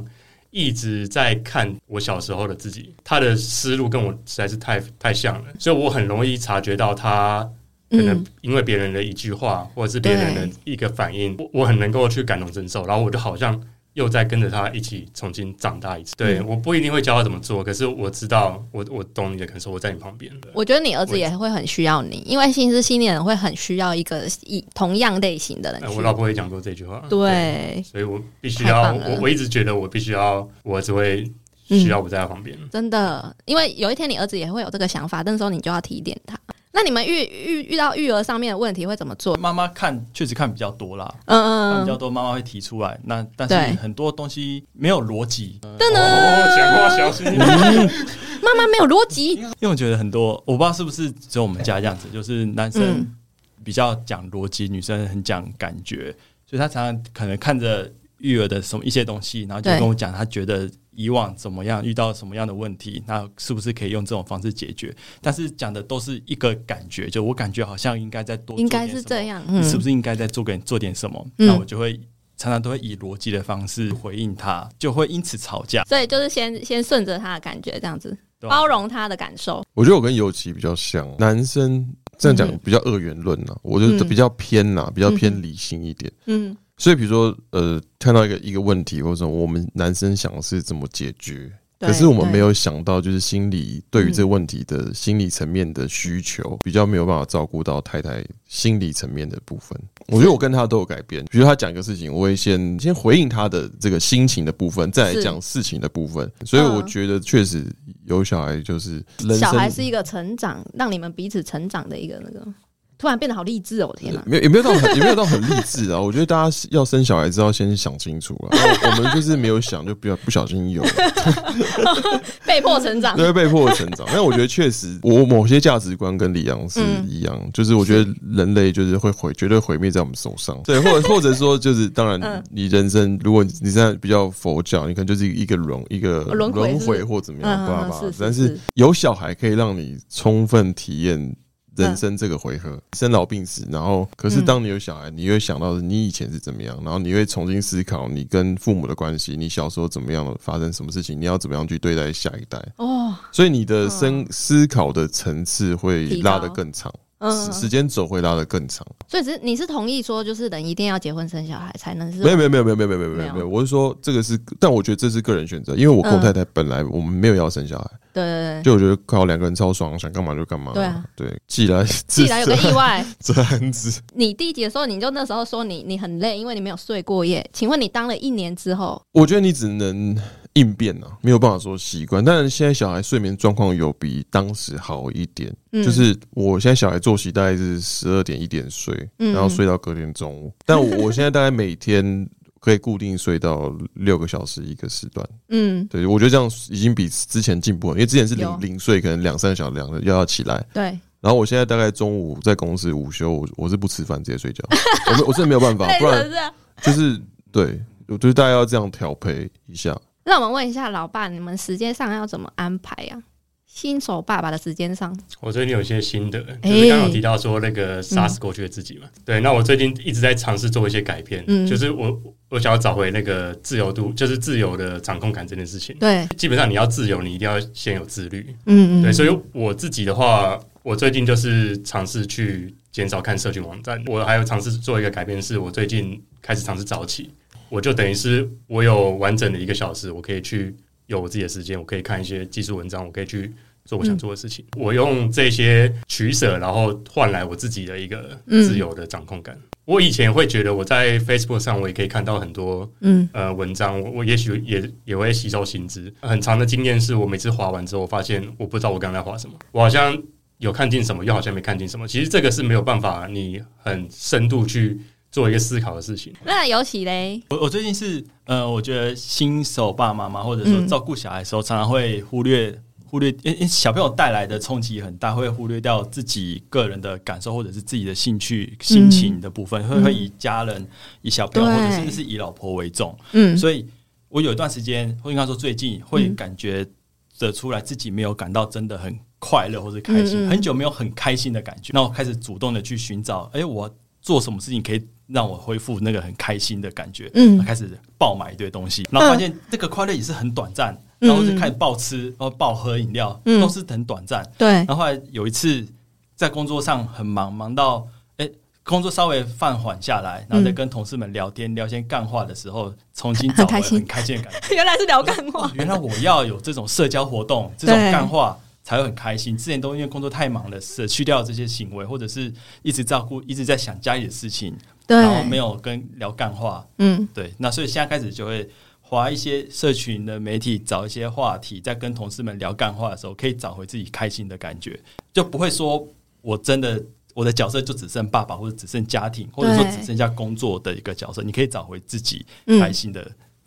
一直在看我小时候的自己，他的思路跟我实在是太太像了，所以我很容易察觉到他可能嗯，因为别人的一句话或者是别人的一个反应，我我很能够去感同身受，然后我就好像又在跟着他一起重新长大一次。对，嗯我不一定会教他怎么做，可是我知道，我我懂你的感受，我在你旁边。我觉得你儿子也会很需要你，因为心思细腻的人会很需要一个一同样类型的人呃去。我老婆也讲过这句话，对，所以我必须太要，棒了我我一直觉得我必须要，我只会需要我在他旁边。真的，因为有一天你儿子也会有这个想法，那时候你就要提点他。那你们遇遇遇到育儿上面的问题会怎么做？妈妈看确实看比较多啦，看嗯嗯比较嗯，多，妈妈会提出来。那但对是很多东西没有逻辑，噔哦，讲话噔，小心一嗯点。妈妈没有逻辑，因为我觉得很多，我不知道是不是只有我们家这样子，就是男生嗯比较讲逻辑，女生很讲感觉，所以他常常可能看着育儿的什么一些东西，然后就对跟我讲他觉得以往怎么样遇到什么样的问题，那是不是可以用这种方式解决？但是讲的都是一个感觉，就我感觉好像应该再多，应该是这。样，嗯你是不是应该再做点做点什么？嗯那我就会常常都会以逻辑的方式回应他，就会因此吵架。所以就是先先顺着他的感觉，这样子对啊吧包容他的感受。我觉得我跟尤其比较像，男生这样讲嗯比较二元论呐，我就嗯比较偏呐，比较嗯偏理性一点。嗯所以，比如说，呃，看到一个一个问题，或者什么我们男生想的是怎么解决，对可是我们对没有想到，就是心理对于嗯这个问题的心理层面的需求，比较没有办法照顾到太太心理层面的部分。我觉得我跟他都有改变，比如他讲一个事情，我会先先回应他的这个心情的部分，再来是讲事情的部分。所以我嗯觉得确实有小孩就是人小孩生是一个成长，让你们彼此成长的一个那个，突然变得好励志哦！天哪，没有，也没有到很，也没有到很励志啊。我觉得大家要生小孩之后，先想清楚啊。我们就是没有想，就不要不小心有，被迫成长都，会被迫成长。但我觉得确实，我某些价值观跟李阳是嗯一样，就是我觉得人类就是会毁，绝对毁灭在我们手上。对，或者或者说，就是当嗯然，你人生如果你现在比较佛教，你可能就是一个轮一个轮回是轮不是回或怎么嗯嗯样，爸嗯爸是是。但是是有小孩可以让你充分体验嗯人生这个回合，生老病死，然后可是当你有小孩，你会想到你以前是怎么样，然后你会重新思考你跟父母的关系，你小时候怎么样发生什么事情，你要怎么样去对待下一代，哦，所以你的生思考的层次会拉得更长。嗯，时时间轴会拉得更长。所以只是你是同意说，就是人一定要结婚生小孩才能是没有没有没有没有没有没有没有没有嗯没没有有，我是说这个是，但我觉得这是个人选择，因为我跟我嗯太太本来我们没有要生小孩，对对对就我觉得靠两个人超爽，想干嘛就干嘛。对啊，对，既然既然有个意外，这样子，你第一集的时候，你就那时候说你你很累，因为你没有睡过夜。请问你当了一年之后，我觉得你只能应变啊，没有办法说习惯。但是现在小孩睡眠状况有比当时好一点，嗯就是我现在小孩作息大概是十二点一点睡，嗯然后睡到隔天中午。但 (laughs) 我我现在大概每天可以固定睡到六个小时一个时段。嗯，对，我觉得这样已经比之前进步了，因为之前是有零零睡，可能两三个小时两个要要起来。对，然后我现在大概中午在公司午休，我我是不吃饭直接睡 (laughs) 觉，我没我真的没有办法，不然是啊。就是对，我觉得大家要这样调配一下。让我们问一下老爸，你们时间上要怎么安排呀、新手爸爸的时间上，我最近有一些心得，哎就是刚刚有提到说那嗯个杀死过去的自己嘛。对，那我最近一直在尝试做一些改变，嗯就是我我想要找回那个自由度，就是自由的掌控感这件事情。对，基本上你要自由，你一定要先有自律。嗯对，所以以我自己的话，我最近就是尝试去减少看社群网站。我还有尝试做一个改变，是我最近开始尝试早起。我就等于是我有完整的一个小时，我可以去有我自己的时间，我可以看一些技术文章，我可以去做我想做的事情。我用这些取舍，然后换来我自己的一个自由的掌控感。我以前会觉得我在 Facebook 上，我也可以看到很多嗯呃文章，我我也许也也会吸收新知。很长的经验是我每次划完之后，我发现我不知道我刚才划什么，我好像有看进什么，又好像没看进什么。其实这个是没有办法，你很深度去做一个思考的事情。那尤其嘞，我我最近是呃，我觉得新手爸妈妈或者说嗯照顾小孩的时候，常常会忽略忽略，因因小朋友带来的冲击很大，会忽略掉自己个人的感受或者是自己的兴趣、心情的部分，会会以家人、以小朋友嗯对或者甚至是以老婆为重。嗯所以我有一段时间，或应该说最近，会嗯感觉得出来自己没有感到真的很快乐或是开心，嗯嗯很久没有很开心的感觉。那我开始主动的去寻找，哎、我做什么事情可以让我恢复那个很开心的感觉？嗯开始爆买一堆东西，然后发现这个快乐也是很短暂，嗯然后就开始暴吃，然后暴喝饮料，嗯都是很短暂。对，然后后来有一次在工作上很忙，忙到哎、诶工作稍微放缓下来，然后再跟同事们聊天、聊些干话的时候，重新嗯 (laughs) 找很回开心很开心的感觉。 (laughs) 原来是聊哦原来我要有这种社交活 (laughs) 动，这种干话才会很开心。之前都因为工作太忙了，舍去掉这些行为，或者是一直照顾、一直在想家里的事情，对，然后没有跟聊干话。嗯对，那所以现在开始就会划一些社群的媒体，找一些话题，在跟同事们聊干话的时候，可以找回自己开心的感觉，就不会说我真的我的角色就只剩爸爸，或者只剩家庭，或者说对只剩下工作的一个角色，你可以找回自己开嗯，心的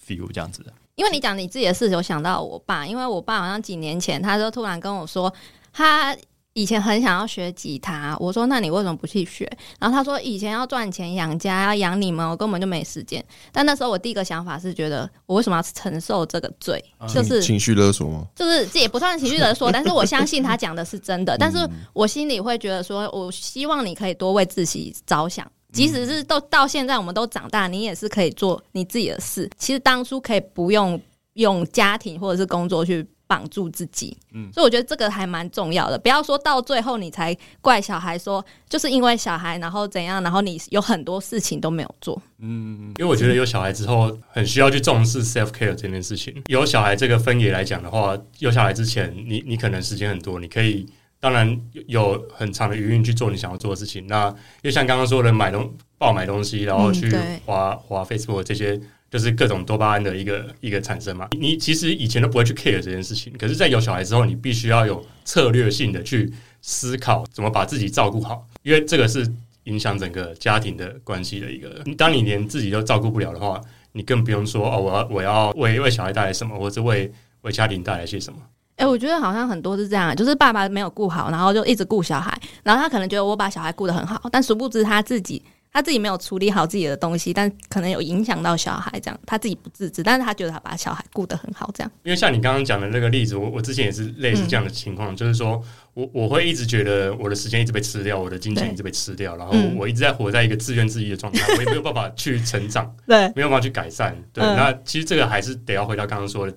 feel 这样子。因为你讲你自己的事，有想到我爸，因为我爸好像几年前他就突然跟我说，他以前很想要学吉他，我说那你为什么不去学？然后他说以前要赚钱养家，要养你们，我根本就没时间。但那时候我第一个想法是觉得，我为什么要承受这个罪？就是情绪勒索吗？就是这也不算情绪勒索，但是我相信他讲的是真的，但是我心里会觉得说，我希望你可以多为自己着想。即使是都到现在，我们都长大，你也是可以做你自己的事。其实当初可以不用用家庭或者是工作去绑住自己，嗯所以我觉得这个还蛮重要的。不要说到最后你才怪小孩说，就是因为小孩然后怎样，然后你有很多事情都没有做。嗯，因为我觉得有小孩之后，很需要去重视 self care 这件事情。有小孩这个分野来讲的话，有小孩之前，你你可能时间很多，你可以当然有很长的余韵去做你想要做的事情。那就像刚刚说的，买东爆买东西，然后嗯去对滑滑 Facebook 这些。就是各种多巴胺的一个一个产生嘛，你其实以前都不会去 care 这件事情，可是，在有小孩之后，你必须要有策略性的去思考怎么把自己照顾好，因为这个是影响整个家庭的关系的一个。当你连自己都照顾不了的话，你更不用说哦，我要我要为为小孩带来什么，或者为为家庭带来些什么。哎、我觉得好像很多是这样，啊就是爸爸没有顾好，然后就一直顾小孩，然后他可能觉得我把小孩顾得很好，但殊不知他自己他自己没有处理好自己的东西，但可能有影响到小孩，这样他自己不自知，但是他觉得他把小孩顾得很好，这样。因为像你刚刚讲的那个例子，我我之前也是类似这样的情嗯况，就是说我我会一直觉得我的时间一直被吃掉，我的金钱对一直被吃掉，然后嗯我一直在活在一个自怨自艾的状 (laughs) 态，我也没有办法去成长。对，没有办法去改善。对，嗯那其实这个还是得要回到刚刚说的，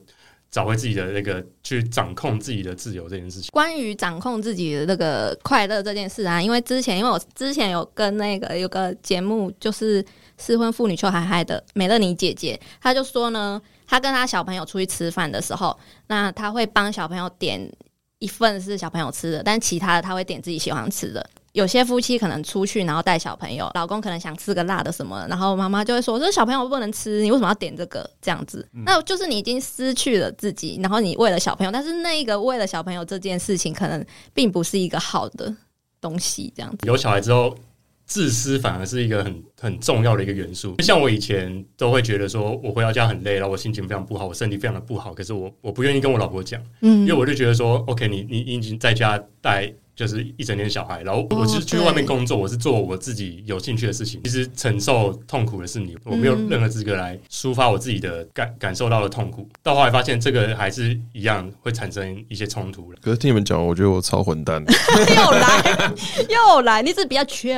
找回自己的那个去掌控自己的自由这件事情。关于掌控自己的那个快乐这件事啊，因为之前因为我之前有跟那个有个节目，就是失婚妇女邱海海的美乐妮姐姐，她就说呢，她跟她小朋友出去吃饭的时候，那她会帮小朋友点一份是小朋友吃的，但其他的她会点自己喜欢吃的。有些夫妻可能出去，然后带小朋友，老公可能想吃个辣的什么，然后妈妈就会说：“这小朋友不能吃，你为什么要点这个？”这样子，嗯那就是你已经失去了自己，然后你为了小朋友，但是那一个为了小朋友这件事情，可能并不是一个好的东 (laughs) 西，这样子。有小孩之后，自私反而是一个很很重要的一个元素。像我以前都会觉得说，我回到家很累，然后我心情非常不好，我身体非常的不好，可是我我不愿意跟我老婆讲，嗯因为我就觉得说，OK，你你你已经在家带。就是一整天小孩，然后我哦是去外对面工作，我是做我自己有兴趣的事情。其实承受痛苦的是你，我没有任何资格来抒发我自己的感感受到的痛苦。到后来发现，这个还是一样会产生一些冲突了。可是听你们讲，我觉得我超混蛋的。又来 (laughs) 又来，你只是比较 chill，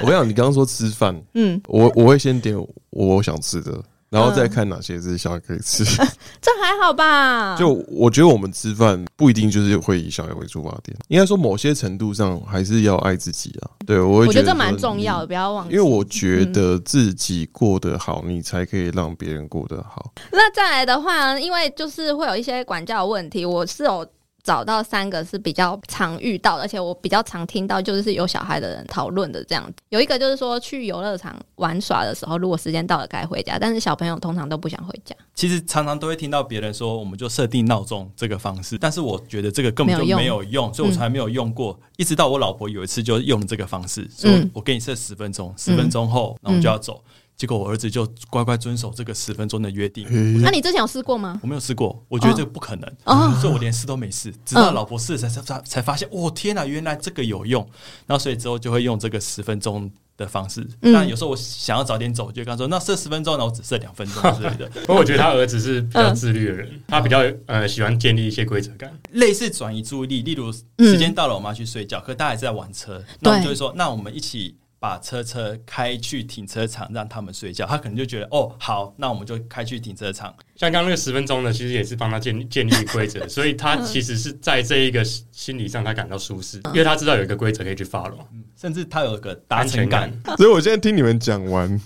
我跟你讲，你刚刚说吃饭，嗯，我我会先点我想吃的，然后再看哪些是小孩可以吃。 (laughs) 这还好吧？就我觉得我们吃饭不一定就是会以小孩为出发点，应该说某些程度上还是要爱自己啊。对，我会我觉得说这蛮重要的，嗯你。不要忘记。因为我觉得自己过得好，你才可以让别人过得好。那再来的话，因为就是会有一些管教问题，我是有找到三个是比较常遇到的，而且我比较常听到就是有小孩的人讨论的这样。有一个就是说去游乐场玩耍的时候，如果时间到了该回家，但是小朋友通常都不想回家。其实常常都会听到别人说，我们就设定闹钟这个方式，但是我觉得这个根本就没有用嗯没有用，所以我从来没有用过。一直到我老婆有一次就用这个方式，说嗯我给你设十分钟，十分钟后，然后我就要走。结果我儿子就乖乖遵守这个十分钟的约定。那你之前有试过吗？我没有试过，我觉得这个不可能，哦所以我连试都没试，直到老婆试了才才才才发现，哦天哪、原来这个有用，然后所以之后就会用这个十分钟的方式。嗯但有时候我想要早点走，就跟他说，那设十分钟，然后我只设两分钟之类的，不过我觉得他儿子是比较自律的嗯人，他比较呃喜欢建立一些规则感。类似转移注意力，例如嗯时间到了，我们要去睡觉，可大家还是在玩车，那我们就会说，那我们一起。把车车开去停车场，让他们睡觉。他可能就觉得哦，好，那我们就开去停车场。像刚刚那个十分钟呢，其实也是帮他建立建立规嗯则，所以他其实是在这一个心理上他感到舒适，嗯因为他知道有一个规则可以去 follow，甚至他有个达安成全感感。。所以我现在听你们讲 (laughs) 完，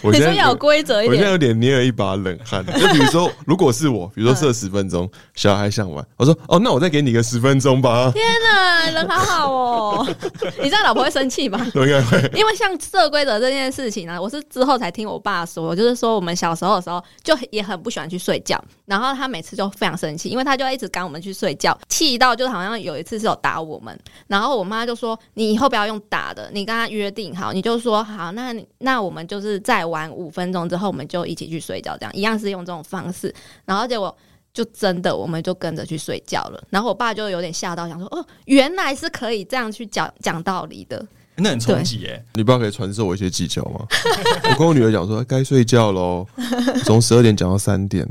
我你现是不在是要有规则一我现在点？有点捏了一把冷汗。就比如说，如果是我，嗯比如说设十分钟，小孩想玩，我说哦，那我再给你个十分钟 (laughs) 吧，天哪，人好好哦！ (laughs) 你这样老婆会生气吧？应该 (laughs) 会。因为像设规则这件事情呢、啊我是之后才听我爸说，就是说我们小时候的时候就也很不喜欢去睡觉，然后他每次就非常生气，因为他就要一直赶我们去睡觉，气到就好像有一次是有打我们，然后我妈就说你以后不要用打的，你跟他约定好，你就说好，那你那我们就是再玩五分钟之后，我们就一起去睡觉，这样一样是用这种方式，然后结果。就真的，我们就跟着去睡觉了。然后我爸就有点吓到，想说：“哦，原来是可以这样去讲讲道理的。”那很冲击耶！你爸可以传授我一些技巧吗？ (laughs) 我跟我女儿讲说，该睡觉喽，从十二点讲到三点。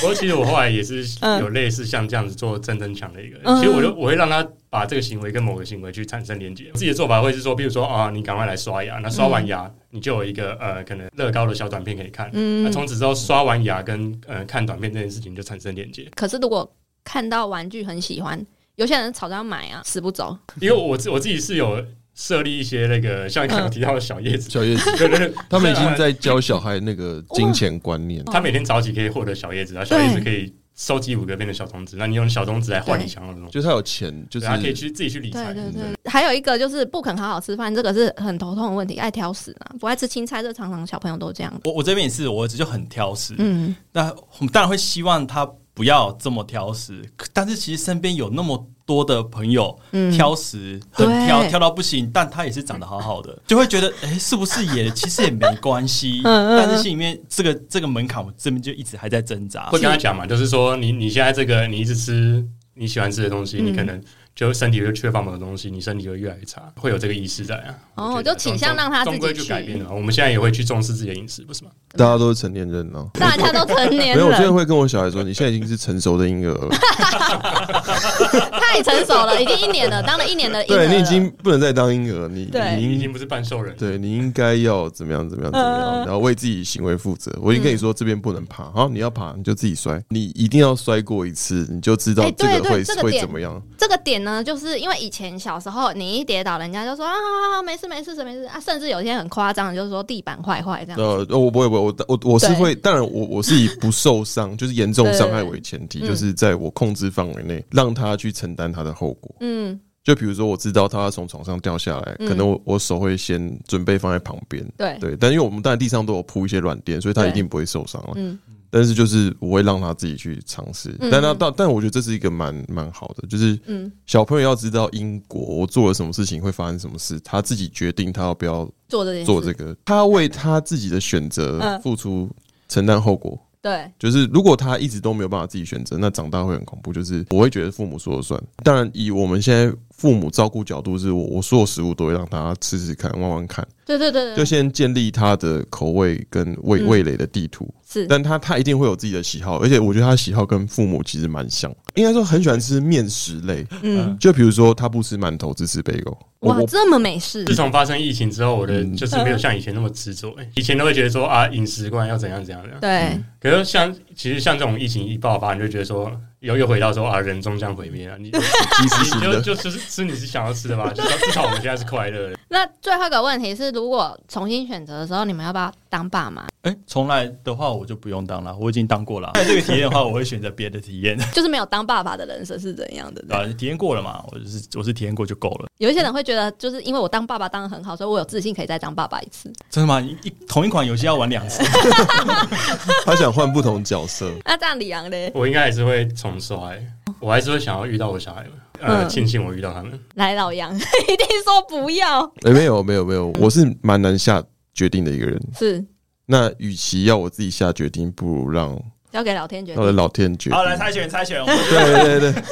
不过其实我后来也是嗯有类似像这样子做正增强的一个人，嗯其实我就我会让他把这个行为跟某个行为去产生连接。自己的做法会是说，比如说啊，你赶快来刷牙，那刷完牙你就有一个呃可能乐高的小短片可以看，嗯那从此之后刷完牙跟呃看短片这件事情就产生连接。可是如果看到玩具很喜欢，有些人吵着要买啊，死不走。 (laughs) 因为我自我自己是有设立一些那个像刚刚提到的小叶子，小叶子，对对对，他们已经在教小孩那个金钱观嗯哦念。他每天早起可以获得小叶子，然后小叶子可以收集五个变成小种子，那你用小种子来换你想要的东西，就是他有钱，就是对他可以去自己去理财。对，还有一个就是不肯好好吃饭，这个是很头痛的问题，爱挑食啊，不爱吃青菜，这常常小朋友都这样。我我这边也是，我儿子就很挑食，嗯，那我们当然会希望他不要这么挑食，可但是其实身边有那么多的朋友、嗯挑食，很对挑挑到不行，但他也是长得好好的，就会觉得 (laughs) 哎、诶是不是也其实也没关系？ (laughs) 嗯嗯但是心里面这个这个门槛，我这边就一直还在挣扎会。跟他讲嘛，就是说你你现在这个你一直吃你喜欢吃的东西，嗯你可能就身体会缺乏某个东西，你身体会越来越差，会有这个意识在啊。哦我觉得就倾向让它自己终归就改变了。我们现在也会去重视自己的饮食，不是吗？大家都是成年人了、大家都成年 (laughs) 没有，我真的人，会跟我小 (laughs) 孩说，你现在已经是成熟的婴儿了，太成熟了，已经一年了，当了一年 (laughs) 的婴儿对了你已经不能再当婴儿，你对你你已已经经不是半兽人，嗯对你应该要怎么样怎么样怎么样，嗯然后为自己行为负责。我已经跟你说这边不能爬，好，你要爬你就自己摔，你一定要摔过一次，你就知道哎这对个对会这个会点怎么样。这个点呢，就是因为以前小时候你一跌倒，人家就说啊啊啊没事没事没事啊，甚至有一些很夸张，就是说地板坏坏这样。呃，我不会，不会，我我我是对会，当然我我是以不受伤， (laughs) 就是严重伤害为前提，对对对嗯就是在我控制范围内，让他去承担他的后果。嗯，就比如说，我知道他从床上掉下来，嗯可能我我手会先准备放在旁边，对，对，但因为我们当然地上都有铺一些软垫，所以他对一定不会受伤了。嗯但是就是我会让他自己去尝试，嗯但他到但我觉得这是一个蛮蛮好的，就是嗯，小朋友要知道因果，我做了什么事情会发生什么事，他自己决定他要不要做这件事，做这个，他为他自己的选择嗯付出承担后果。对，就是如果他一直都没有办法自己选择，那长大会很恐怖。就是我会觉得父母说了算。当然，以我们现在父母照顾角度，是我我所有食物都会让他吃吃看，玩玩看，对对对就对，先建立他的口味跟味嗯味蕾的地图。是，但他他一定会有自己的喜好，而且我觉得他的喜好跟父母其实蛮像，应该说很喜欢吃面食类，嗯，就比如说他不吃馒头，只吃贝狗。我哇，我这么美式自，从发生疫情之后，我的就是没有像以前那么执着、欸以前都会觉得说啊，饮食观要怎样怎样怎样。对，嗯可是像其实像这种疫情一爆发，你就觉得说又又回到说啊，人终将毁灭啊，你及时你行就乐，就就是吃你是想要吃的吧，至少至少我们现在是快乐的。那最后一个问题是，如果重新选择的时候，你们要不要当爸妈？哎，从来的话我就不用当了，我已经当过了。在这个体验的话，我会选择别的体验， (laughs) 就是没有当爸爸的人生是怎样的？对吧？体验过了嘛，我就是我是体验过就够了。有一些人会觉得，就是因为我当爸爸当的很好，所以我有自信可以再当爸爸一次。真的吗？一一同一款游戏要玩两 (laughs) 次，他想换不同角色。那这样李阳嘞，我应该还是会重摔，我还是会想要遇到我小孩们，呃，嗯庆幸我遇到他们。来老杨 (laughs) 一定说不要，哎、没有没有没有，嗯我是蛮难下决定的一个人。是那与其要我自己下决定，不如让交给老天决让我的定。老天决定。好来猜拳猜拳，对对对对，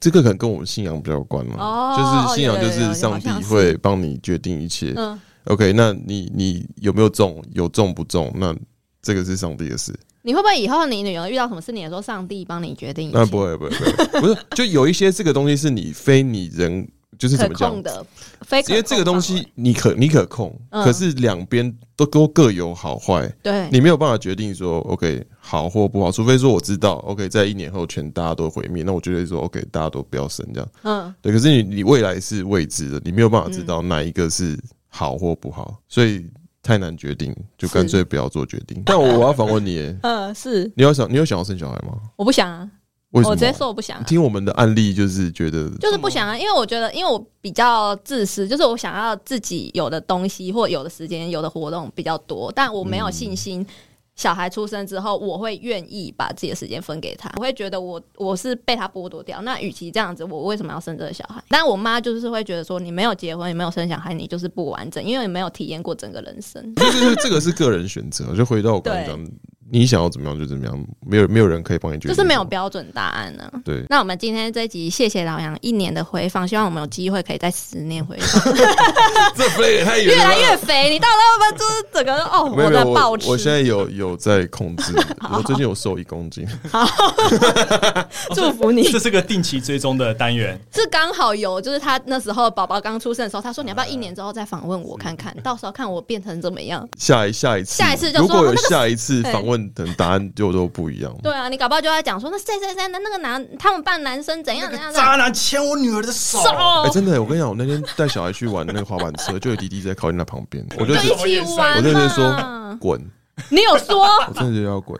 这个可能跟我们信仰比较有关嘛。哦就是信仰就有有有是有上好帝像是会帮你决定一切。嗯， OK，那你你有没有中？有中不中？那这个是上帝的事。你会不会以后你女儿遇到什么事，你也说上帝帮你决定一切？那呃不会不会不会，不是就有一些这个东西是你非你人，就是可怎么讲控？的，非可因为这个东西你可你可控，嗯可是两边都都各有好坏，控范围对你没有办法决定说 OK 好或不好，除非说我知道 OK 在一年后全大家都毁灭，那我就会说 OK 大家都不要生这样。嗯对，可是你你未来是未知的，你没有办法知道哪一个是好或不好，所以太难决定，就干脆不要做决定。但我我要反问你耶，嗯是，你有想你有想要生小孩吗？我不想啊，为什么？我直接说我不想啊、听我们的案例，就是觉得就是不想啊，因为我觉得，因为我比较自私，就是我想要自己有的东西或有的时间、有的活动比较多，但我没有信心。小孩出生之后，我会愿意把自己的时间分给他，我会觉得我我是被他剥夺掉。那与其这样子，我为什么要生这个小孩？但我妈就是会觉得说，你没有结婚，你没有生小孩，你就是不完整，因为你没有体验过整个人生。就是这个是个人选择。就回到我刚刚讲，你想要怎么样就怎么样，没有没有人可以帮你决定，就是没有标准答案呢、对。那我们今天这一集，谢谢老杨一年的回访，希望我们有机会可以在十年回访。这飞也太越 (laughs) 来越肥，你到时候会不会就是整个哦， (laughs) 没有没的有，暴我吃，我现在有有在控制，我最近有瘦一公斤， (laughs) 祝福你。这是个定期追踪的单元。是刚好有，就是他那时候宝宝刚出生的时候，他说你要不要一年之后再访问我看看，到时候看我变成怎么样。下一下一次，下一次就说如果有那个下一次 (laughs) 对访问，等答案就都不一样。对啊，你搞不好就在讲说那谁谁谁那那个男他们扮男生怎样怎样怎渣样。男牵我女儿的手，哎、手真的，我跟你讲，我那天带小孩去玩那个滑板车，就有弟弟在靠近他旁 (laughs) 边，我就就觉得一起玩我就觉得说嘛。滚，你有说啊我真的觉得要滚。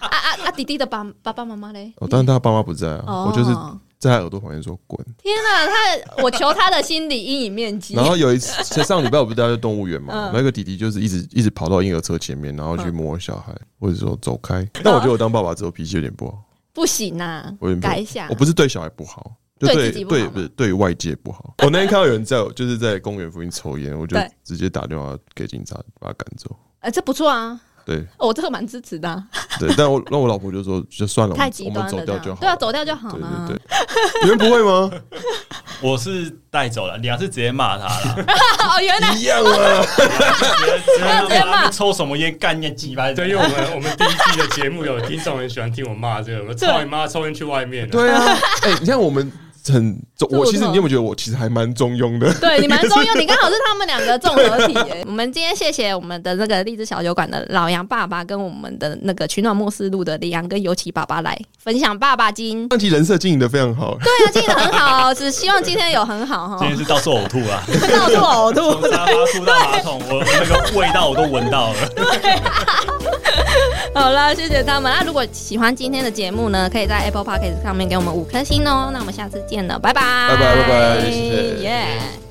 啊啊！弟弟的爸爸爸妈妈嘞？哦，但是他爸妈不在啊，哦我就是在他耳朵旁边说滚。天哪，他我求他的心理阴影面积然。后有一次，上礼拜我不是带他去动物园嘛，嗯那个弟弟就是一直一直跑到婴儿车前面，然后去摸小孩，嗯或者说走开。但我觉得我当爸爸之后脾气有点不好，不行啊我有点，不改一下我。不是对小孩不好。就对对自己不好对吗不是对外界不好。我那天看到有人在我就是在公园附近抽烟，我就对直接打电话给警察把他赶走。呃，这不错啊，对，我这个蛮支持的啊。对，但我那我老婆就说，就算了，我太们极我端们了走这掉样，就好。对啊，走掉就好对了。对对，你们不会吗？ (laughs) 我是带走了，你还是直接骂他 (laughs) 了，哦，(laughs) 原来一样啊，直接直接骂抽什么烟干烟鸡巴，对，因为我们我们第一季的节目有听众很喜欢听我骂这个，我操你妈，抽烟去外面了。对啊。哎，你看我们很，我做其实错你有没有觉得我其实还蛮中庸的？ (laughs) 对，你蛮中庸，你刚好是他们两个综合体耶。我们今天谢谢我们的那个荔枝小酒馆的老杨爸爸，跟我们的那个取暖末思路的李阳跟尤其爸爸来分享爸爸经。上期人设经营的非常好，对啊，经营的很好，只希望今天有很好今哈天，是到处呕吐啦，到处 (laughs) 呕从吐。沙发吐到马桶，我我那个味道我都闻到了。好了，谢谢他们。那如果喜欢今天的节目呢，可以在 Apple Podcast 上面给我们五颗星哦。那我们下次见了，拜拜，拜拜拜拜谢谢耶。